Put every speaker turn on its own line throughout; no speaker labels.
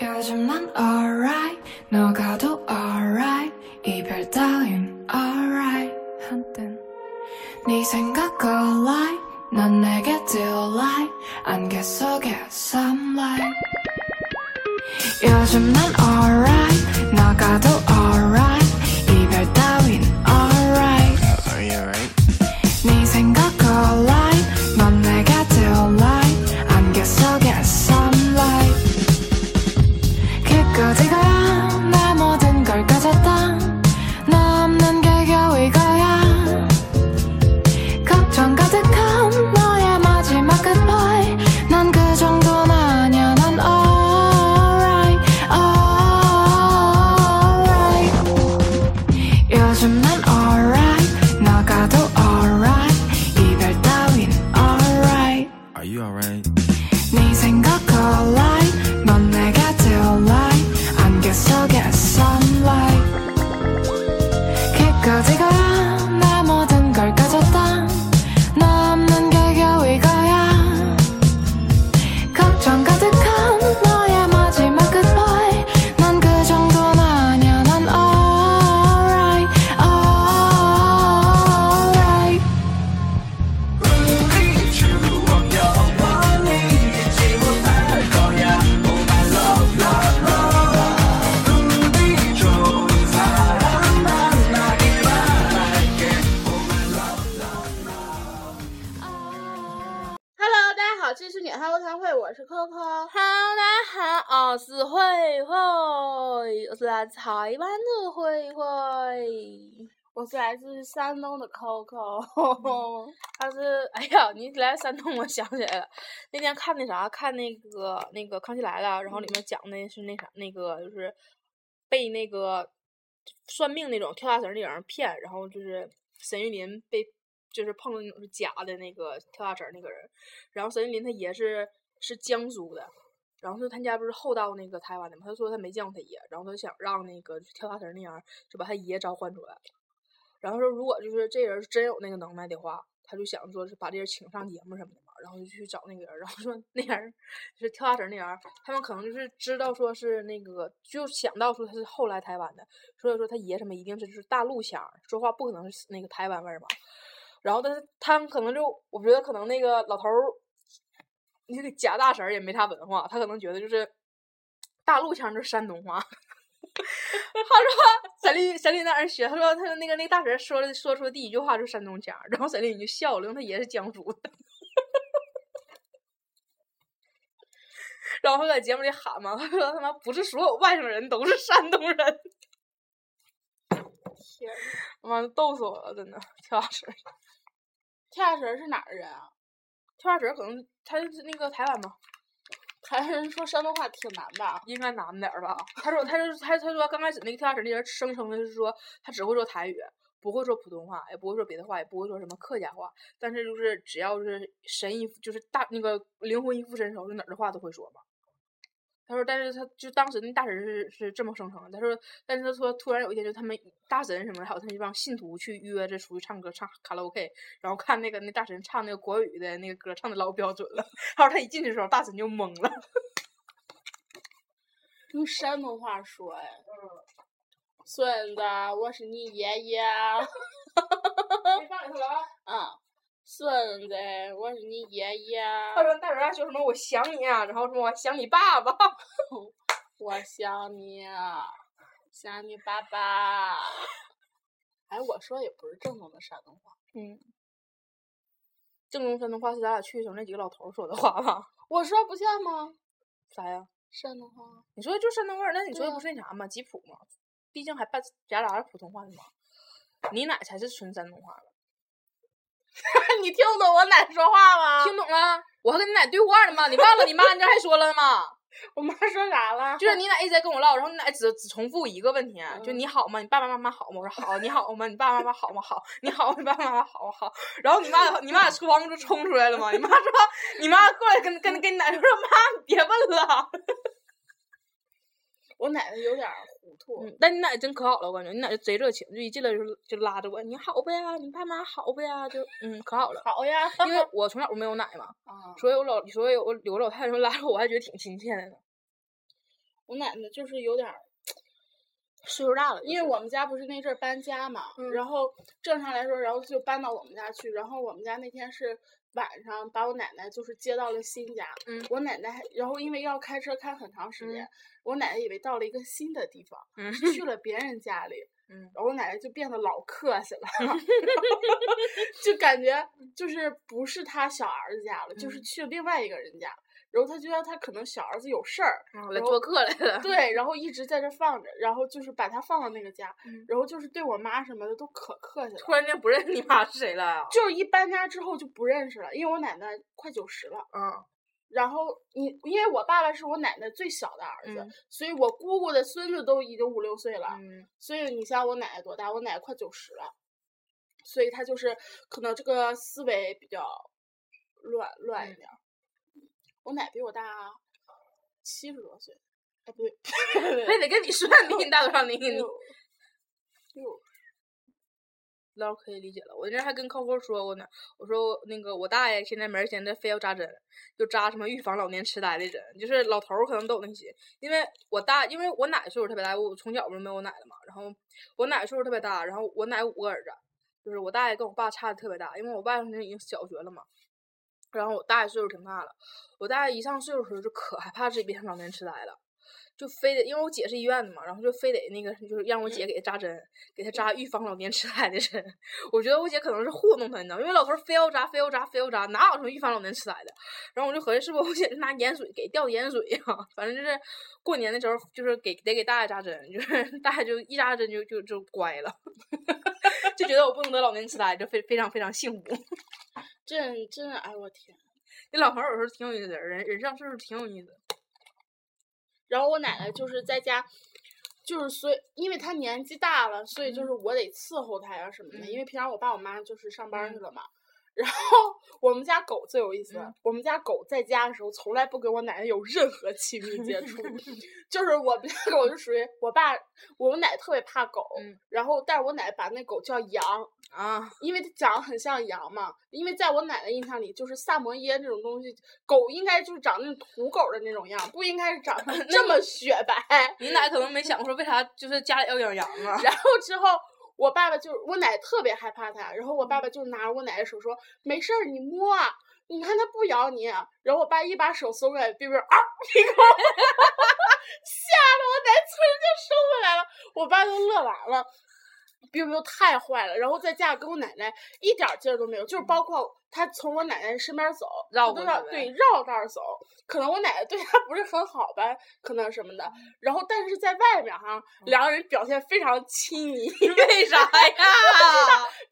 요즘난 alright 너가도 alright 이별 따윈 alright 한땐 네 생각 alright 넌 내게 delight 안개 속에 sunlight 요즘 난 alright 너가도 alright 이별 따윈 alright
Are you alright?
네 생각 alright 넌 내게 delight 안개 속에 sunlight 길거리가 내 모든 걸 가졌다 나 없는 게 겨우 이거야 걱정 가득한 너의 마지막 goodbye 난 그 정도는 아니야 난 alright alright 요즘 난 alright 나가도 alright 이별 따윈 alright
Are you alright?
네 생각 alright 넌 내게 delight 안개 속에 sunlight 기꺼지가 내 모든 걸 가졌다 나 없는 게 겨우 이거야 걱정 가득한 너의 마지막 goodbye 난 그 정도는 아니야 난 alright alright
Hello，大家好，这里是女汉子堂会，我是
Hello，
Coco。
大家好，我是慧慧，我是来自台湾的慧慧。
我是来自山东的 Coco，
她嗯是，哎呀，你来山东，我想起来了，那天看那啥，看那个那个《康熙来了》，然后里
嗯
面讲的是那啥，那个就是被那个算命那种跳大神儿那种人骗，然后就是沈玉琳被就是碰到那种是假的那个跳大神儿那个人，然后沈玉琳她爷是是江苏的，然后说他家不是后到那个台湾的嘛，他说他没见过他爷，然后他想让那个就是跳大神那样儿就把他爷召唤出来，然后说如果就是这人真有那个能耐的话，他就想说是把这人请上节目什么的嘛，然后就去找那个人，然后说 那人就是跳大神那人儿，他们可能就是知道说是那个就想到说他是后来台湾的，所以说他爷什么一定是就是大陆腔儿，说话不可能是那个台湾味儿嘛，然后但是他们可能就我觉得可能那个老头儿。那个假大神儿也没啥文化，他可能觉得就是大陆腔就是山东话。 他说沈丽沈丽那人学，他说他说那个那个大神说的说出的第一句话就是山东腔儿，然后沈丽你就笑了，因为他爷是江苏的。 然后在节目里喊嘛，他说他妈不是所有外省人都是山东人，
天，
妈逗死我了，真的跳大神儿，
跳大神是哪儿人啊？
跳大神儿可能他是那个台湾吧，
台湾人说山东话挺难的，啊
应该难点儿 吧？他说，他说，他他说刚开始那个跳大神那人声称的是说他只会说台语，不会说普通话，也不会说别的话，也不会说什么客家话，但是就是只要是神一就是大那个灵魂一附身时候，就哪儿的话都会说嘛。他说，但是他就当时那大神是是这么声称的，他说，但是他说突然有一天就他们大神什么的，还有他那帮信徒去约着出去唱歌唱卡拉 OK，然后看那个那大神唱那个国语的那个歌唱的老标准了， 然后他一进去的时候，大神就懵了。
用山东话说哎。孙子，我是你爷爷。
嗯
啊，孙子，我是你爷爷。
他说大婶还说什么我想你啊，然后什么我想你爸 爸，
我想你，想你爸爸。哎，我说也不是正宗的山东话。
嗯，正宗山东话是咱俩去的时候那几个老头儿说的话吧？
我说不像吗？
啥呀？
山东话。
你说的就山东味儿，那你说
对
的
啊
不是那啥吗？吉普吗？毕竟还半夹杂着普通话的嘛。你奶才是纯山东话了，
你听懂我奶说话吗？
听懂了？我还跟你奶对话呢嘛，你忘了？你妈你这还说了吗？
我妈说啥了？
就是你奶一直在跟我唠，然后你奶只只重复一个问题，啊就
嗯
你好吗？你爸爸妈妈好吗？我说好，你好吗？你爸爸妈妈好吗？好，你好，你爸爸妈妈好好。然后你妈你妈在厨房不就冲出来了吗？你妈说，你妈过来跟跟跟你奶说，妈你别问了。
我奶奶有点儿糊涂。
嗯但你奶真可好了，我感觉你奶就贼热情，就一进来就就拉着我，你好不呀？你爸妈好不呀？就嗯可好了，
好呀，
因 为我从小没有奶嘛，
啊，
所以我老所以我有个老太太就拉着我，我还觉得挺亲切的呢。
我奶奶就是有点儿岁数大了，因为我们家不是那阵儿搬家嘛，
嗯
然后正常来说，然后就搬到我们家去，然后我们家那天是晚上把我奶奶就是接到了新家，
嗯
我奶奶还然后因为要开车开很长时间，
嗯
我奶奶以为到了一个新的地方，
嗯
是去了别人家里，
嗯
然后我奶奶就变得老客气了，就感觉就是不是她小儿子家了，就是
嗯
去另外一个人家，然后她觉得她可能小儿子有事儿，
啊来做客来了。
对，然后一直在这放着，然后就是把它放到那个家，
嗯
然后就是对我妈什么的都可客气了，
突然间不认识你妈是谁了啊？
就是一搬家之后就不认识了，因为我奶奶快九十了。
嗯
然后你，因为我爸爸是我奶奶最小的儿子，
嗯
所以我姑姑的孙子都已经五六岁了。
嗯
所以你像我奶奶多大？我奶奶快九十了，所以她就是可能这个思维比较乱乱一
嗯
点儿。我奶比我大七十多岁，哎不对，
非得跟你说 比你大多少年？你
六六
老可以理解了。我那还跟靠佛说过呢，我说我那个我大爷现在没闲着，非要扎针，就扎什么预防老年痴呆的针，就是老头儿可能都有那些。因为我大，因为我奶岁数特别大，我从小不是没有我奶的嘛，然后我奶岁数特别大，然后我奶有五个儿子，就是我大爷跟我爸差的特别大，因为我爸现在已经小学了嘛，然后我大爷岁数挺大了，我大爷一上岁数的时候就可害怕自己变成老年痴呆了。就非得，因为我姐是医院的嘛，然后就非得那个，就是让我姐给她扎针，给她扎预防老年痴呆的针。 我觉得我姐可能是糊弄他，你知道吗，因为老头儿非要扎，非要扎，非要扎，哪有什么预防老年痴呆的？然后我就合计是不是我姐是拿盐水给掉盐水呀、 反正就是过年的时候，就是给得给大爷扎针，就是 大爷就一扎针就就就乖了， 就觉得我不能得老年痴呆，就非非常非常幸福。
真真哎我天！
那老头儿有时候挺有意思的，人人上岁数挺有意思的。
然后我奶奶就是在家，就是所以因为她年纪大了，所以就是
嗯
我得伺候她呀什么的。因为平常我爸我妈就是上班去了嘛。然后我们家狗最有意思了，
嗯
我们家狗在家的时候从来不跟我奶奶有任何亲密 接触，就是我们家狗就属于我爸，我们奶奶特别怕狗，
嗯
然后但是我奶奶把那狗叫羊，
啊，
因为它长得很像羊嘛，因为在我奶奶印象里，就是萨摩耶这种东西，狗应该就是长那种土狗的那种样，不应该是 长成这么雪白。
你奶可能没想过说为啥就是家里要养羊啊？
然后之后，我爸爸就我奶特别害怕它，然后我爸爸就拿着我奶奶手说：“没事儿，你摸啊，你看它不咬你。”然后我爸一把手松开，别别啊一口，吓得 我奶突然就收回来了，我爸都乐完了。biu biu 太坏了，然后在家跟我奶奶一点儿劲儿都没有，就是包括他从我奶奶身边儿走，
绕
他
过
都
去
要
呗
对绕道儿走，可能我奶奶对他不是很好吧，可能什么
嗯
的。然后但是在外面哈、两个人表现非常亲昵， 毕
为啥呀？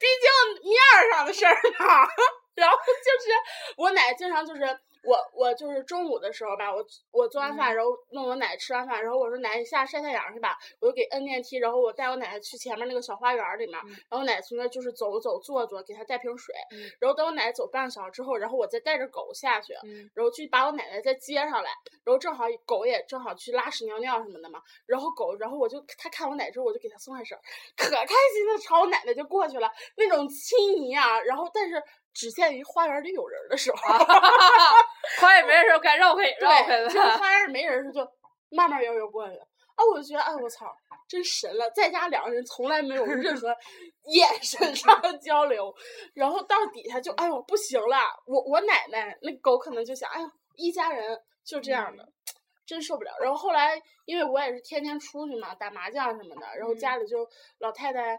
竟面儿上的事儿嘛。 然后就是我奶奶经常就是我我就是中午的时候吧，我我做完饭，
嗯
然后弄我奶奶吃完饭，然后我说奶奶你下晒太阳去吧，我就给摁电梯，然后我带我奶奶去前面那个小花园儿里面，
嗯
然后我奶奶从那儿就是走走坐坐，给她带瓶水，
嗯
然后等我奶奶走半个小时之后，然后我再带着狗下去，
嗯
然后去把我奶奶再接上来，然后正好狗也正好去拉屎尿尿什么的嘛，然后狗，然后我就它看我奶之后，我就给它松开手，可开心的朝我奶奶就过去了，那种亲昵啊，然后但是只限于花园里有人的时候，啊
花也没人时候该绕开也绕开
对，就是
了。
花园里没人的时候就慢慢悠悠过去了。啊，我就觉得，哎，我操，真神了！在家两个人从来没有 任何眼神上的交流，然后到底下就，哎呦，不行了！我我奶奶那狗可能就想，哎呦，一家人就这样的，
嗯
真受不了。然后后来，因为我也是天天出去嘛，打麻将什么的，然后
嗯
家里就老太太，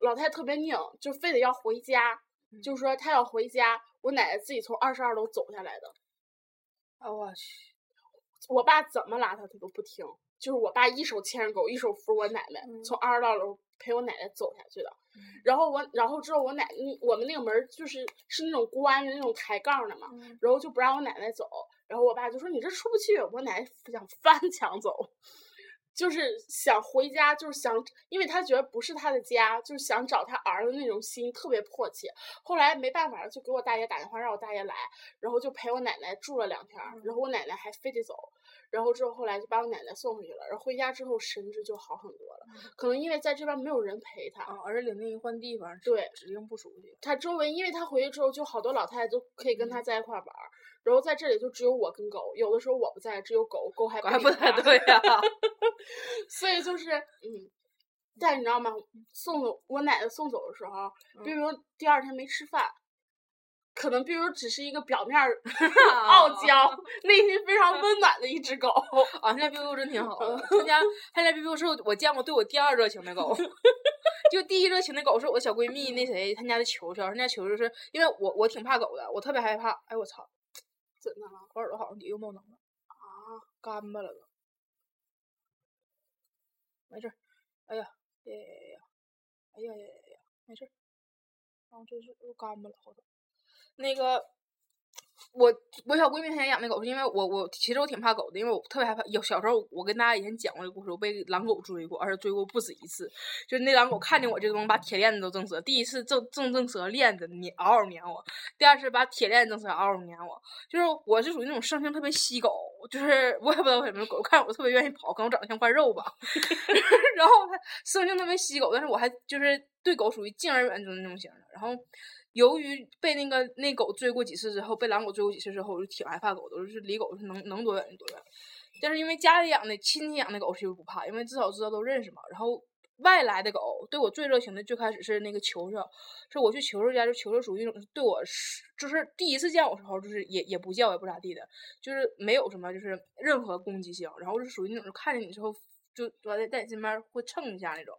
老太太特别拧，就非得要回家，
嗯
就说她要回家。我奶奶自己从二十二楼走下来的，
哎我去，
我爸怎么拉他，他都不听。就是我爸一手牵着狗，一手扶着我奶奶，
嗯
从二十道楼陪我奶奶走下去的。然后我，然后之后我奶，嗯我们那个门儿就是是那种关着那种抬杠的嘛，
嗯
然后就不让我奶奶走。然后我爸就说：“你这出不去。”我奶奶想翻墙走， 就是想回家，就是想，因为她觉得不是她的家，就是想找她儿子那种心特别迫切。后来没办法了，就给我大爷打电话，让我大爷来，然后就陪我奶奶住了两天儿。然后我奶奶还非得走，然后之后后来就把我奶奶送回去了。然后回家之后神志就好很多了，可能因为在这边没有人陪她。
啊，而且领地换地方，
对
指定不熟悉。嗯
他周围，因为他回去之后，就好多老太太都可以跟他在一块儿玩儿，然后在这里就只有我跟狗，有的时候我不在，只有狗，狗还
还
理
不太
它
对 呀、
所以就是，嗯，但你知道吗？送走我奶奶送走的时候，
嗯
比如第二天没吃饭，可能比如只是一个表面儿
哦
傲娇、内心非常温暖的一只狗。
啊，现在 biu biu 真挺好的。他家他家 biu biu 是我见过对我第二热情的狗，就第一热情的狗是我小闺蜜那谁他家的球球，人家球球是因为我我挺怕狗的，我特别害怕。哎我操，
怎的了？
我耳朵好像又冒脓了啊，干巴了都。没事儿，哎呀呀呀呀呀，哎呀呀呀呀，没事儿。然后这是又干巴了，好疼。那个，我我小闺蜜她家养的狗，是因为我我其实我挺怕狗的，因为我特别害怕。有小时候我跟大家以前讲过这个故事，我被狼狗追过，而且追过不止一次。就是那狼狗看见我就能把铁链子都挣折，第一次挣挣挣折链子，你嗷嗷撵我；第二次把铁链子挣折，嗷嗷撵我。就是我是属于那种生性特别吸狗，就是我也不知道为什么狗看我特别愿意跑，可能我长得像块肉吧。 然后它生性特别吸狗，但是我还就是对狗属于敬而远之那种型的。然后由于被那个那狗追过几次之后，被狼狗追过几次之后，我就挺害怕狗的，我就是离狗是能能多远就多远。但是因为家里养的亲戚养的狗是不怕，因为至少知道都认识嘛。然后外来的狗对我最热情的最开始是那个球球，是我去球球家，就球球属于那种对我是就是第一次见我时候，就是也也不叫也不咋地的，就是没有什么就是任何攻击性，然后是属于那种就看见你之后就躲在在你身边会蹭一下那种。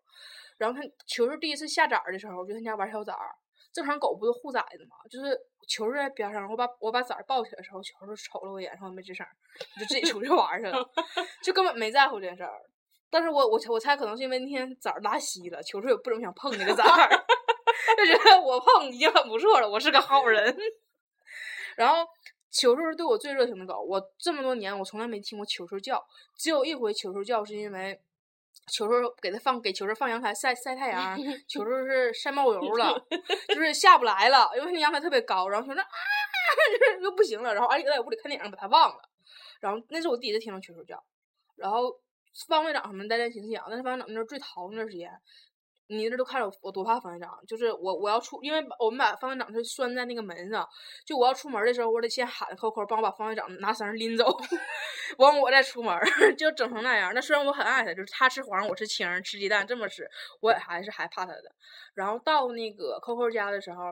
然后他球球第一次下崽儿的时候，我就他家玩小崽儿，正常狗不都护崽子嘛，就是球球在边上，然后我把我把崽儿抱起来的时候，球球瞅了我一眼，然后没吱声儿，就自己出去玩儿去了，就根本没在乎这件事儿。但是我我猜我猜可能是因为那天崽儿拉稀了，球球也不怎么想碰那个崽儿， 就觉得我碰已经很不错了，我是个好人。然后球球是对我最热情的狗，我这么多年我从来没听过球球叫，只有一回球球叫是因为。球球给它放给球球放阳台晒晒太阳，球球是晒冒油了，就是下不来了，因为那阳台特别高，然后球球啊，就是又不行了，然后而且在屋里看电影把它忘了，然后那是我第一次听到球球叫，然后方队长什么在练琴养，但是方队长那阵儿最淘那段时间，你那都看着我我多怕方队长，就是我我要出，因为把我们把方队长是拴在那个门上，就我要出门的时候，我得先喊扣扣帮我把方队长拿绳儿拎走， 完我再出门儿，就整成那样。那虽然我很爱他，就是他吃黄，我吃青儿，吃鸡蛋这么吃，我也还是害怕他的。然后到那个扣扣家的时候。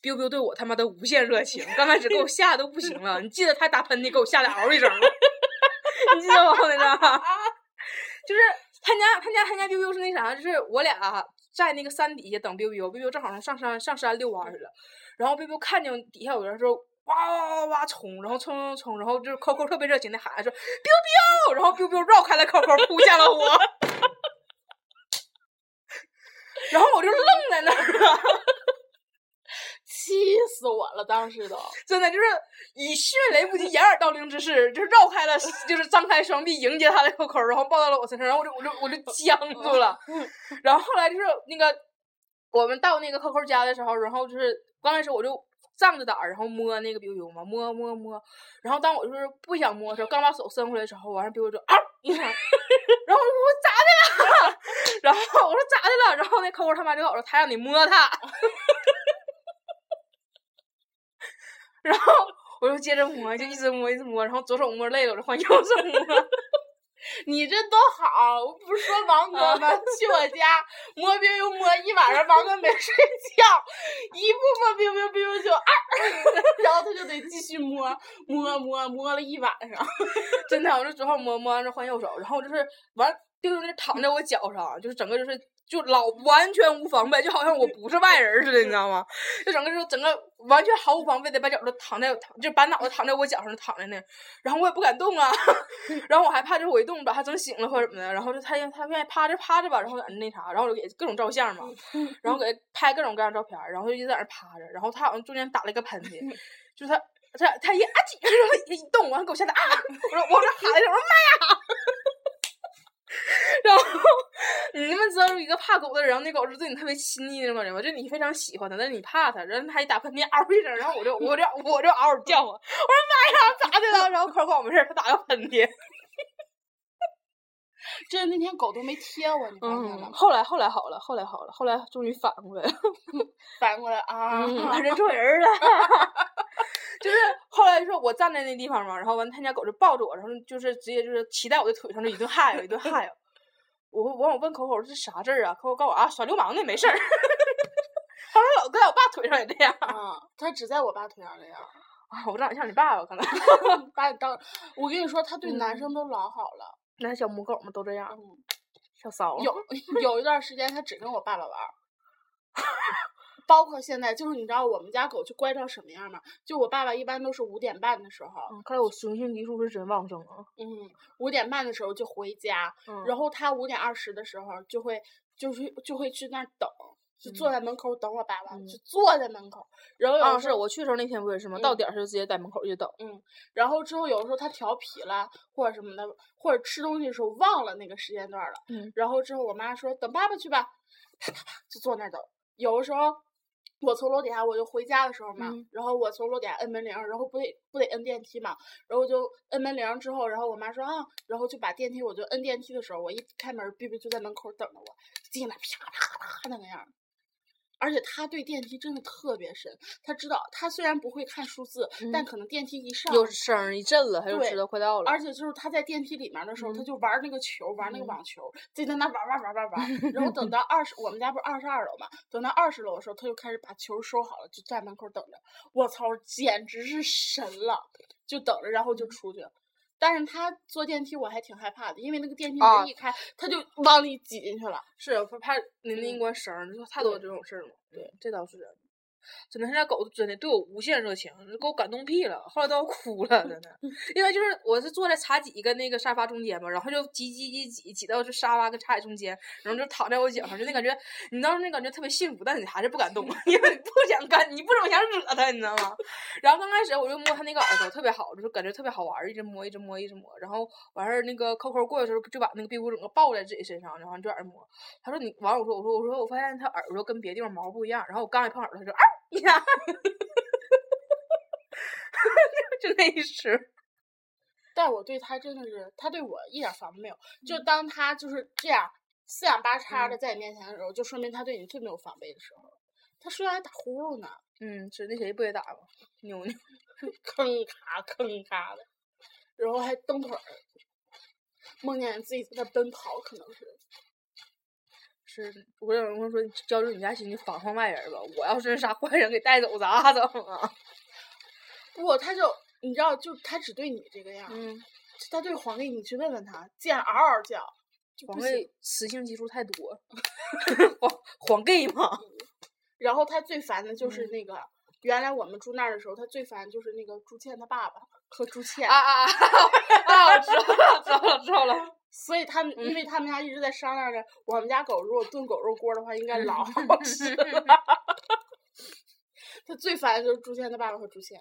biu biu 对我他妈的无限热情，刚开始给我吓得都不行了。你记得他打喷嚏给我吓得嗷一声吗？ 你记得吗，那张？就是他家他家他家 biu biu 是那啥，就是我俩在那个山底下等 biu biu，biu biu 正好上山上山遛弯儿去了，然后 biu biu 看见底下有人说。哇哇哇哇冲，然后冲冲冲，然后就是扣扣特别热情的喊说 biu biu，然后 biu biu 绕开了扣扣，扑向了我， 然后我就愣在那儿了。
气死我了！当时都，
真的就是以迅雷不及掩耳盗铃之势，就是绕开了，就是张开双臂迎接他的口口，然后抱到了我身上，然后我就我就我就僵住了。 然后后来就是那个我们到那个扣扣家的时候，然后就是刚开始我就仗着胆儿，然后摸那个 biu 嘛，摸摸摸。然后当我就是不想摸的时候，刚把手伸回来的时候，完了 biu 就嗷一声，然后我就说我咋的了？ 然后我说咋的了？然后那扣扣他妈就跟我说他让你摸他。然后我就接着摸，就一直摸，一直摸，然后左手摸累了，我就换 右手摸。
你这多好！我不是说王哥
嗯
吗？去我家摸冰又摸一晚上，王哥没睡觉，一不摸冰冰冰就啊， 然后他就得继续摸摸摸摸了一晚上。
真的，啊我就左手摸摸，完之后换右手，然后就是完，就是那躺在我脚上，就是整个就是就老完全无防备，就好像我不是外人似的，你知道吗？就整个就是整个完全毫无防备的把脚都躺在，躺就把脑袋躺在我脚上躺在那儿，然后我也不敢动啊， 然后我还怕就是我一动把他整醒了或者怎么的，然后就他愿他愿意趴着趴着吧，然后在那那啥，然后我就给各种照相嘛，然后给他拍各种各样的照片儿，然后就一直在那儿趴着，然后他好像中间打了一个喷嚏，就是他。他他一啊叽，然后一动，完了给我吓得啊！我说我说喊一声，我说然后嗯你们知道，就一个怕狗的人，然后那狗是对你特别亲昵那种感觉吗？就你非常喜欢它，但是你怕它，然后它一打喷嚏，嗷一声，然后我就我就我就嗷嗷叫啊！我说妈呀，咋的了？然后可管我没事儿，它打个喷嚏。
真的，那天狗都没贴我，你发现了
嗯，
吗？
后来后来好了，后来好了，后来终于反过来了，嗯
反过来啊，
认错人儿了。 就是后来就是我站在那地方嘛，然后完他家狗就抱着我，然后就是直接就是骑在我的腿上，就一顿哈哟，一顿哈哟。 我完我问口口这啥字儿啊？口口告诉我啊，耍流氓呢，没事儿。 他说老在我爸腿上也这样
啊，他只在我爸腿上这样，
啊，我长得像你爸爸，可能
把你当……我跟你说，他对
嗯
男生都老好了。
那小母狗嘛都这样，
嗯，
小骚
有有一段时间，他只跟我爸爸玩儿， 包括现在，就是你知道我们家狗就乖成什么样吗？就我爸爸一般都是五点半的时候，
嗯，看来我雄性激素是真旺盛啊。
嗯，五点半的时候就回家，
嗯
然后他五点二十的时候就会就是就会去那儿等，就坐在门口儿等我爸爸，
嗯
就坐在门口儿。然后有
啊，
的时
是
候，
我去的时候那天不也是吗？到
嗯
点儿他就直接在门口就等。
然后之后有的时候他调皮了或者什么的，或者吃东西的时候忘了那个时间段儿了。
嗯
然后之后我妈说等爸爸去吧，啪啪啪就坐那儿等。有的时候。我从楼底下我就回家的时候嘛，
嗯
然后我从楼底下摁门铃儿，然后不得不得摁电梯嘛，然后就摁门铃儿之后，然后我妈说啊，然后就把电梯，我就摁电梯的时候，我一开门，哔哔就在门口等着我，进来啪啪啪那个样儿。而且他对电梯真的特别深，他知道他虽然不会看数字，但
嗯
可能电梯一上，
有声儿一震了，他就
啊对
知道快到了。
而且就是他在电梯里面的时候，他
嗯
就玩儿那个球，玩儿那个
嗯
网球，就在那玩儿玩儿玩儿玩儿玩 儿。然后等到二十，我们家不是二十二楼嘛，等到二十楼的时候，他就开始把球收好了，就在门口等着。我操，简直是神了！就等着，然后
嗯
就出去了。但是他坐电梯我还挺害怕的，因为那个电梯
啊
门一开，他就往里挤进去了。
是我怕铃铃一关声儿，就太多这种事儿了。嗯对，这倒是真的。真的，现在狗真的对我无限热情，给我感动屁了，后来都要哭了，真 的。因为就是我是坐在茶几跟那个沙发中间嘛，然后就挤挤挤挤挤到这沙发跟茶几中间，然后就躺在我脚上，就那感觉，你当时那感觉特别幸福，但是你还是不敢动， 因为你不想干，你不怎么想惹它，你知道吗？然后刚开始我就摸它那个耳朵，特别好，就是感觉特别好玩儿，一直摸，一直摸，一直摸。然后完事儿那个扣扣过去的时候，就把那个壁虎整个抱在自己身上，然后就在那儿摸。他说你完，我说我说我说我发现它耳朵跟别地方毛不一样，然后我刚一碰耳朵，它就啊一下， 就那一声。
但我对他真的是，他对我一点儿防备没有。
嗯
就当他就是这样四仰八叉的在你面前的时候，就说明他对你最没有防备的时候。他睡完还打呼噜呢，
嗯，是那谁不也打吗？ 妞妞，
吭咔吭咔的，然后还蹬腿儿，梦见自己在那奔跑，可能是。
是我有人会说，交流你家心，你防防外人吧。我要是啥坏人给带走咋整啊？
不，他就你知道，就他只对你这个样儿，
嗯，
就他对黄历，你去问问他，见嗷嗷叫，就
黄
不行。
盖雌性激素太多， 黄黄盖 嘛。
然后他最烦的就是
嗯
那个，原来我们住那儿的时候，他最烦就是那个朱倩他爸爸和朱倩。
啊啊啊！我知道了，知道了，知道了。
所以他们，
嗯
因为他们家一直在商量着，我们家狗如果炖狗肉锅的话，应该老好
嗯
吃了。 他最烦的就是朱倩的爸爸和朱倩，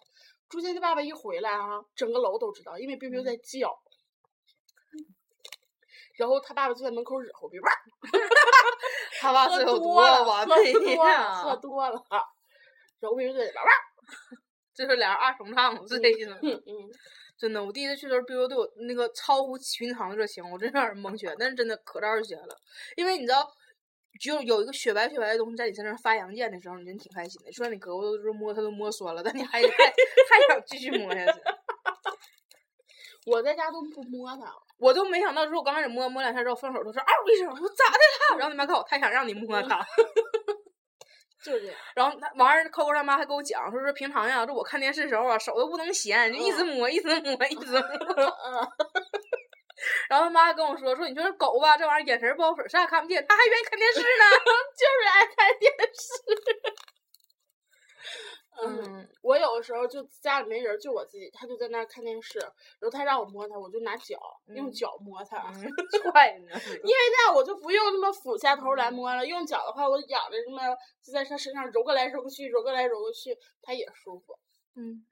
朱倩的爸爸一回来啊，整个楼都知道，因为 biu biu
嗯
在叫。然后他爸爸就在门口惹吼 biu biu，
他爸
喝
最后
多
了
了，
吧？
喝多了，喝
呀，
多了。 然后 biu biu 就在那
这是俩人二重唱，是这意思吗？
边，嗯，
真的，我第一次去的时候，比如对我那个超乎寻常的热情，我真让人蒙圈。但是真的可招人喜欢了，因为你知道，只有有一个雪白雪白的东西在你身上发洋溅的时候，你真挺开心的。就算你胳膊都是摸它都摸酸了，但你还还还想继续摸下去。
我在家都不摸它，
我都没想到，就是我刚开始摸摸两下之后放手，它说嗷一声，我说咋的了？然后你妈告诉我，它想让你摸它。
就是这样。
然后他完事儿，扣扣他妈还跟我讲，说是平常呀，这我看电视时候啊，手都不能闲，就一直摸，一直摸，一直 摸。然后他妈还跟我说，说你就是狗吧，这玩意儿眼神不好使，啥也看不见，它还愿意看电视 呢。
就是爱看电视。嗯，
嗯，
我有的时候就家里没人，就我自己，他就在那儿看电视，然后他让我摸他，我就拿脚、用
嗯
脚摸他，因为
坏啊呢。
那样我就不用那么俯下头
嗯
来摸了，用脚的话，我仰着这么就在他身上揉过来揉过去，揉过来揉过去，他也舒服。
嗯，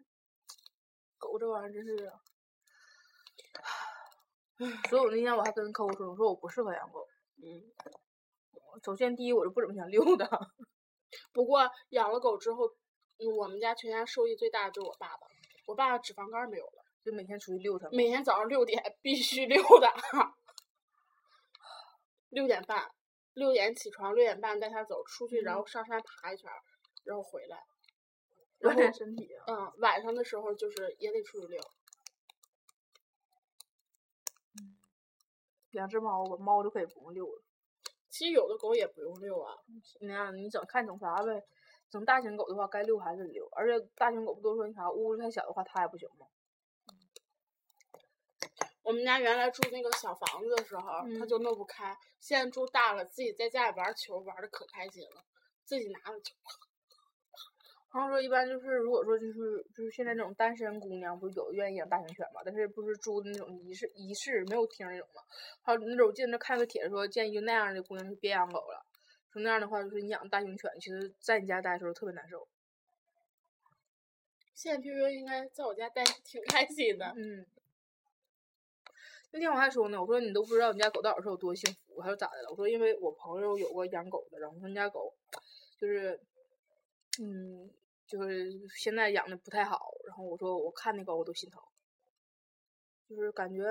狗这玩意儿真是啊。所以我那天我还跟扣扣说，我说我不适合养狗。
嗯，
首先第一，我就不怎么想溜达。
不过养了狗之后，嗯我们家全家受益最大的就是我爸爸，我爸爸脂肪肝没有了，
就每天出去溜它。
每天早上六点必须溜达，六点半，六点起床，六点半带他走出去，然后上山爬一圈儿，然后回来。然
锻
后
炼身体啊。
嗯，晚上的时候就是也得出去遛。
两只猫吧，猫就可以不用遛了。
其实有的狗也不用遛啊，
那样你整看整啥呗？整大型狗的话，该遛还是遛，而且大型狗不都说那啥屋子太小的话，它也不行吗？
我们家原来住那个小房子的时候，它
嗯
就弄不开。现在住大了，自己在家里玩球玩的可开心了，自己拿了球。
然后说一般就是，如果说就是就是现在这种单身姑娘，不是有的愿意养大型犬嘛？但是不是租的那种一室一室没有厅那种嘛？还有那种我记得那看个帖子说，建议就那样的姑娘就别养狗了，说那样的话就是你养大型犬，其实在你家待的时候特别难受。
现在飘飘应该在我家待着挺开心的。
嗯。那天我还说呢，我说你都不知道你家狗到底是有多幸福，还是咋的了？我说因为我朋友有个养狗的，然后他们家狗就是，嗯，就是现在养的不太好。然后我说我看那狗我都心疼，就是感觉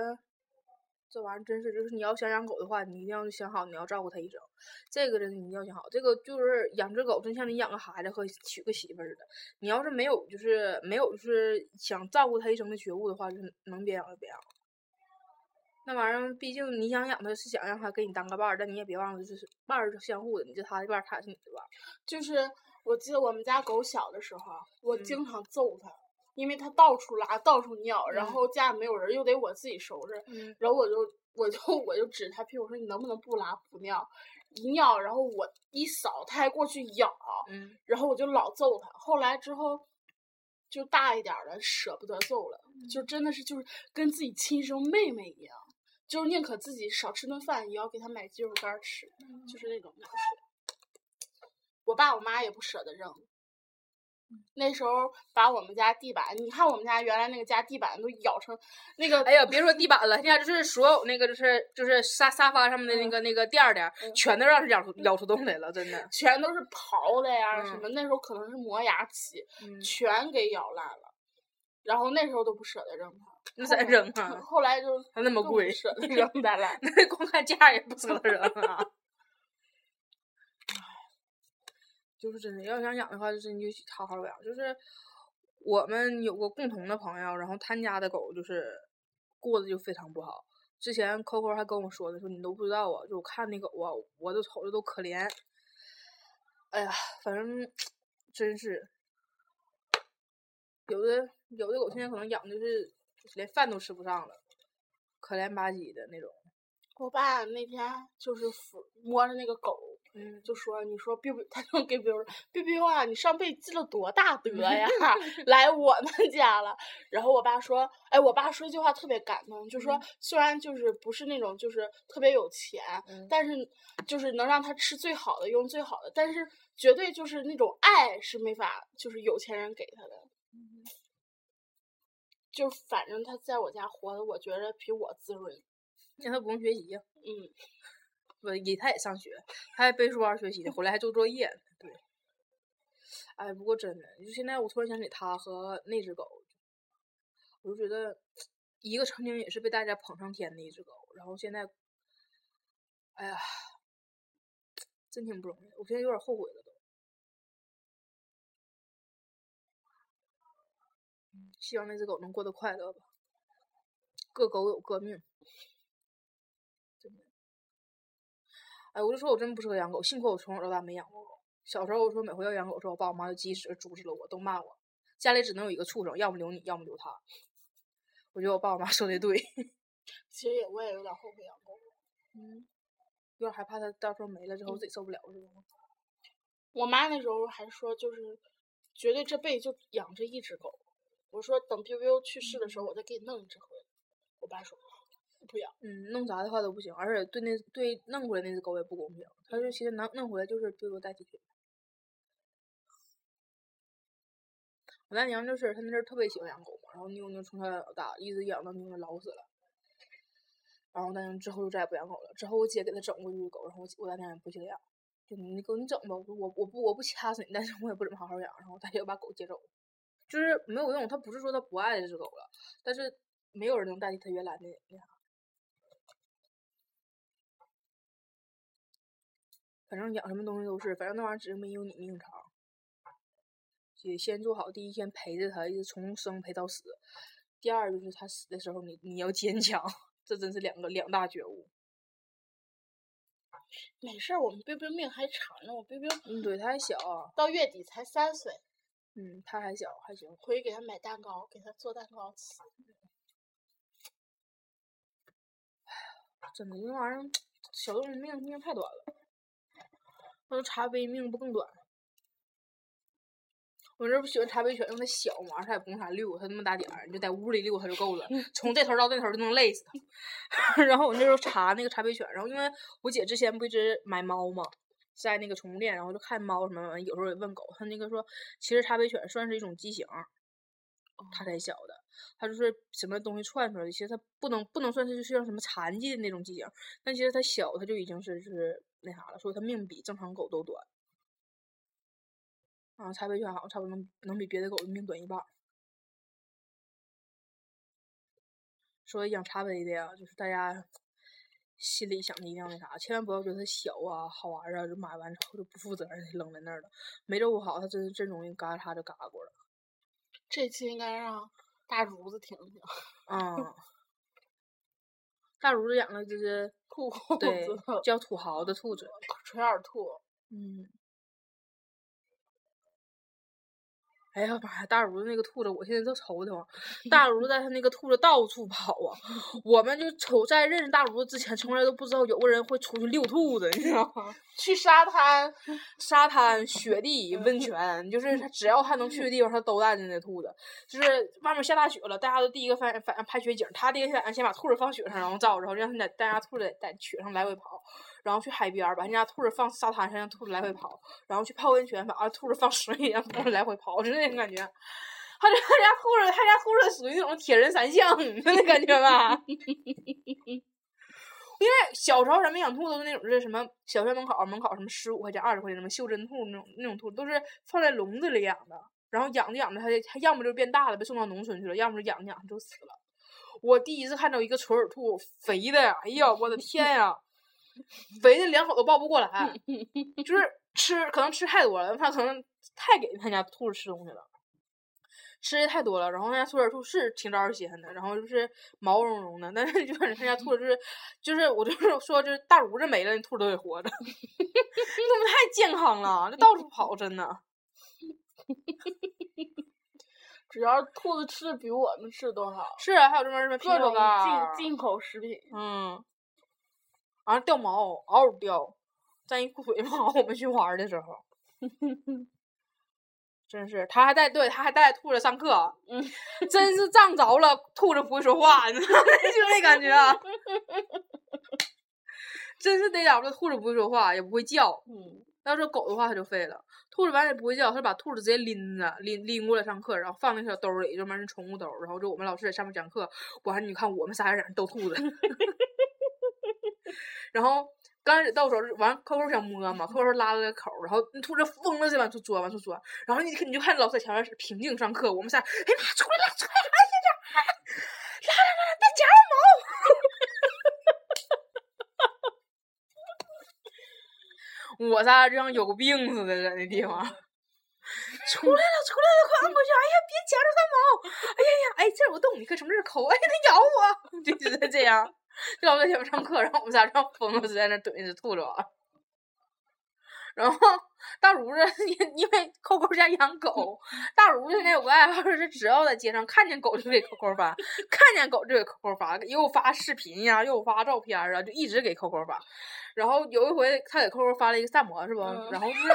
这玩意儿真是，就是你要想养狗的话，你一定要想好你要照顾它一生，这个真的你一定要想好。这个就是养只狗，真像你养个孩子和娶个媳妇儿似的。你要是没有就是没有就是想照顾它一生的觉悟的话，就是能别养就别养。那玩意儿，毕竟你想养它是想让它给你当个伴儿，但你也别忘了，就是伴儿是相互的，你是它的伴儿，它也是你的伴儿。
就是我记得我们家狗小的时候，啊我
嗯
经常揍它，因为它到处拉，到处尿，然
嗯
后家里没有人，又得我自己收拾。
嗯，
然后我就我就我就指它屁股，我说你能不能不拉不尿？一尿，然后我一扫，它还过去咬，
嗯，
然后我就老揍它。后来之后就大一点儿了，舍不得揍了，
嗯
就真的是就是跟自己亲生妹妹一样，就是宁可自己少吃顿饭，也要给它买鸡肉干儿吃，就是
嗯
那种模式。我爸我妈也不舍得扔。
嗯
那时候把我们家地板，你看我们家原来那个家地板都咬成那个
哎呀，别说地板了，现在就是所有那个就是就是沙沙发上面的那个、那个垫儿垫儿，全都让人咬出咬出洞来了，真的。
全都是刨的呀什
嗯
么，那时候可能是磨牙期，
嗯，
全给咬烂了。然后那时候都不舍得扔它，
那
后
咋
来
扔啊？
后来就
还那么
更不
贵
舍得扔它了。
那光看价儿也不舍得扔啊。就是真的，要想养的话，就是你就去好好养。就是我们有个共同的朋友，然后他家的狗就是过得就非常不好。之前 Coco 还跟我说呢，说你都不知道啊，就我看那狗啊，我都瞅着都可怜。哎呀，反正真是有的有的狗现在可能养的就是就是连饭都吃不上了，可怜吧唧的那种。
我爸那天就是抚摸着那个狗，
嗯，
就说：“你说 biu biu，他就给 biu 说 biu biu 啊，你上辈子积了多大德
嗯
呀， 来我们家了。”然后我爸说：“哎，我爸说一句话特别感动，就说
嗯
虽然就是不是那种就是特别有钱，
嗯
但是就是能让他吃最好的，用最好的，但是绝对就是那种爱是没法就是有钱人给他的。”
嗯
就反正他在我家活的，我觉得比我滋润。
让他不用学习呀，
嗯，
不也他也上学，他还背书包学习的，回来还做作业呢。对，哎，不过真的，就现在我突然想起他和那只狗，我就觉得一个曾经也是被大家捧上天的一只狗，然后现在，哎呀，真挺不容易的。我现在有点后悔了都。嗯希望那只狗能过得快乐吧。各狗有各命。哎，我就说我真不适合养狗，幸亏我从小到大没养过狗。小时候我说每回要养狗的时候，我爸我妈就及时阻止了我，都骂我，家里只能有一个畜生，要么留你，要么留他。我觉得我爸我妈说的对，
其实也我也有点后悔养狗。
嗯，有点害怕它到时候没了之后自己受不了是吗？
我妈那时候还说，就是绝对这辈子就养这一只狗。我说等 biu biu 去世的时候，我再给你弄一只回来。我爸说不养，
嗯，弄啥的话都不行，而且对那对弄回来那只狗也不公平，它是其实能弄回来就是最多代替品。我大娘就是她那阵儿特别喜欢养狗嘛，然后妞妞从小养到大，一直养到妞妞老死了。然后我大娘之后就再也不养狗了。之后我姐给她整过一只狗，然后我姐我大娘也不去养，就你给你整吧，我说我我不我不掐死你，但是我也不怎么好好养。然后我大姐把狗接走，就是没有用。她不是说她不爱这只狗了，但是没有人能代替她原来的那啥。反正养什么东西都是，反正那玩意儿只是没有你命长。得先做好第一天陪着他，一直从生陪到死。第二就是他死的时候你，你要坚强， 这真是两个两大觉悟。
没事儿，我们冰冰命还长呢，我冰冰
嗯，对，他还小啊，
到月底才三岁，
嗯，他还小，还行。
回去给他买蛋糕，给他做蛋糕吃。
真的，这玩意儿，小动物命命太短了。那就茶杯命不更短？我这不喜欢茶杯犬，因为它小嘛，而且它也不用啥遛，它那么大点儿，你就在屋里遛它就够了，从这头到那头就能累死它。 然后我那时候查那个茶杯犬，然后因为我姐之前不一直买猫嘛，在那个宠物店，然后就看猫什么玩意儿，有时候也问狗，它那个说，其实茶杯犬算是一种畸形，它才小的。它就是什么东西窜出来的，其实它不能不能算是就是像什么残疾的那种畸形，但其实它小，它就已经是就是那啥了，所以它命比正常狗都短。啊，茶杯犬好像差不多能能比别的狗的命短一半儿。所以养茶杯的呀，就是大家心里想的一定要那啥，千万不要觉得它小啊、好玩儿啊，就买完之后就不负责任的扔在那儿了，没照顾好它真真容易嘎嚓就嘎过了。
这期应该让大竹子听听，
啊、
嗯
大如子养的就是
兔兔
对
子、
叫土豪的兔子，
垂耳 兔，
嗯。哎呀妈呀！大如子那个兔子，我现在都愁得慌。大如子 带他那个兔子到处跑啊，我们就瞅在认识大如子之前，从来都不知道有个人会出去遛兔子，你知道吗？
去沙滩，
沙滩、雪地、温泉，就是他只要他能去的地方，他都带着那兔子。就是外面下大雪了，大家都第一个反应反应拍雪景，他第一个反应先把兔子放雪上，然后照着，然后让他在带家兔子在雪上来回跑，然后去海边儿把人家兔子放沙滩上，让兔子来回跑，然后去泡温泉，把啊兔子放水里，让兔子来回跑，就那种感觉。他这他家兔子，他家兔子属于那种铁人三项， 你就那感觉吧。因为小时候咱们养兔都是那种是什么小学门口儿门口儿什么十五块钱二十块钱什么袖珍兔那种那种兔都是放在笼子里养的，然后养着养着它就它要么就变大了被送到农村去了，要么就养着养着就死了。我第一次看到一个垂耳兔，肥的呀，哎呀，我的天呀，肥的两口都抱不过来，就是吃可能吃太多了，它可能太给他家兔子吃东西了。吃的太多了，然后那家兔耳兔是挺招人稀罕的，然后就是毛茸茸的，但是就是人家兔子就是，就是我就是说，就是大炉子没了，那兔子都得活着， 你怎么太健康了？这到处跑，真的。
只要兔子吃的比我们吃的都好，
是啊，还有这边什么
各
苹
种
果干，
进进口食品。
嗯，完了掉毛，嗷嗷掉，沾一裤腿毛。我们去玩儿的时候，真是，他还带对，他还带兔子上课，
嗯，
真是仗着了，兔子不会说话， 你知道吗就那感觉啊，真是逮着了，兔子不会说话，也不会叫。
嗯，
要是狗的话，它就废了。兔子完也不会叫，它把兔子直接拎着，拎拎过来上课，然后放那小兜里，就完是宠物兜。然后就我们老师在上面讲课，完你看我们仨人在那逗兔子。 然后刚开始到时候，完扣扣想摸嘛，扣扣拉了个口，然后那兔子疯了似的往出钻，往出钻。然后你你就看老师在前面平静上课，我们仨哎拉出来拉出来，哎呀这，哎拉拉拉带夹上毛。我仨就像有病似的在那地 方。出来了，出来了，快按过去！哎呀，别夹着它毛！哎呀呀，哎，这儿我动，你看什么事儿抠？哎，它咬我！ 就就在这样，就老在前面上课，然后我们仨让疯了似的在那儿怼那只兔子玩儿。然后大茹子， 因因为扣扣家养狗，大茹子现在有个爱好是，只要在街上看见狗就给扣扣发，看见狗就给扣扣发，又发视频呀、又发照片儿啊，就一直给扣扣发。然后有一回，他给扣扣发了一个萨摩，是不？
嗯
然后就是。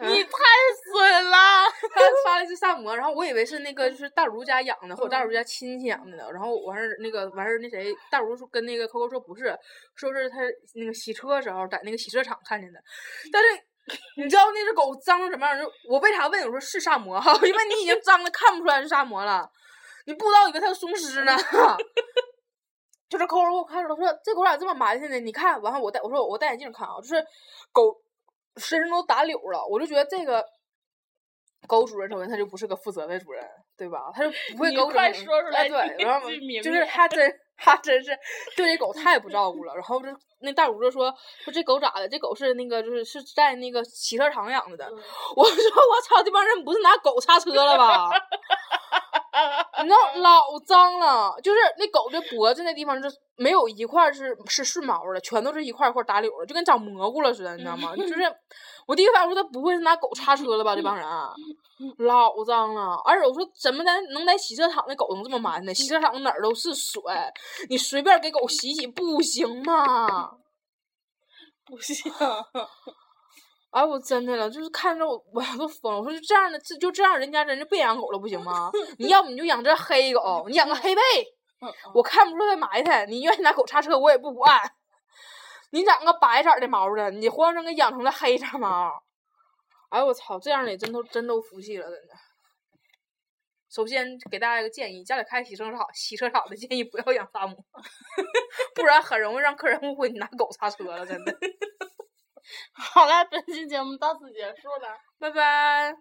你太损了。
他发了一只萨摩，然后我以为是那个就是大如家养的，或者大如家亲戚养的呢。然后完事儿那个完事儿那谁大如说跟那个扣扣说不是，说是他那个洗车时候在那个洗车场看见的，但是。你知道那只狗脏成什么样？就我为啥问？我说是萨摩哈，因为你已经脏的看不出来是萨摩了，你不知道以为它是松狮呢。 就是抠抠我看着他说这狗咋这么埋汰呢？你看，完后我戴我说我戴眼镜看啊，就是狗身上都打绺了，我就觉得这个高主任首先他就不是个负责的主任，对吧？他就不会
你
给我
快
整
说出
哎
来
对，
这
然后
句名
就是
言
他真他真是对这狗太不照顾了。然后这那大叔就说说这狗咋的？这狗是那个就是是在那个洗车场养着的。
嗯
我说我操，这帮人不是拿狗擦车了吧？你知道老脏了，就是那狗的脖子那地方，就是没有一块儿是是顺毛的，全都是一块儿一块儿打绺的，就跟长蘑菇了似的，你知道吗？就是我第一个反应说，他不会是拿狗擦车了吧？这帮人啊老脏了，而且我说怎么咱能在洗车场那狗能这么蛮呢？洗车场哪儿都是水，你随便给狗洗洗不行吗？
不行，
哎，我真的了，就是看着我我都疯了。我说就这样的，这就这样，人家真是别养狗了，不行吗？你要不你就养只黑狗，你养个黑背，我看不出它埋汰。你愿意拿狗擦车，我也不不按。 你养个白色儿的毛的，你活生生给养成了黑色毛。哎我操，这样的也真都真都服气了，真的。首先给大家一个建议，家里开洗车场、洗车场的建议不要养大母， 不然很容易让客人误会你拿狗擦车了，真的。
好了，本期节目到此结束了。
拜拜。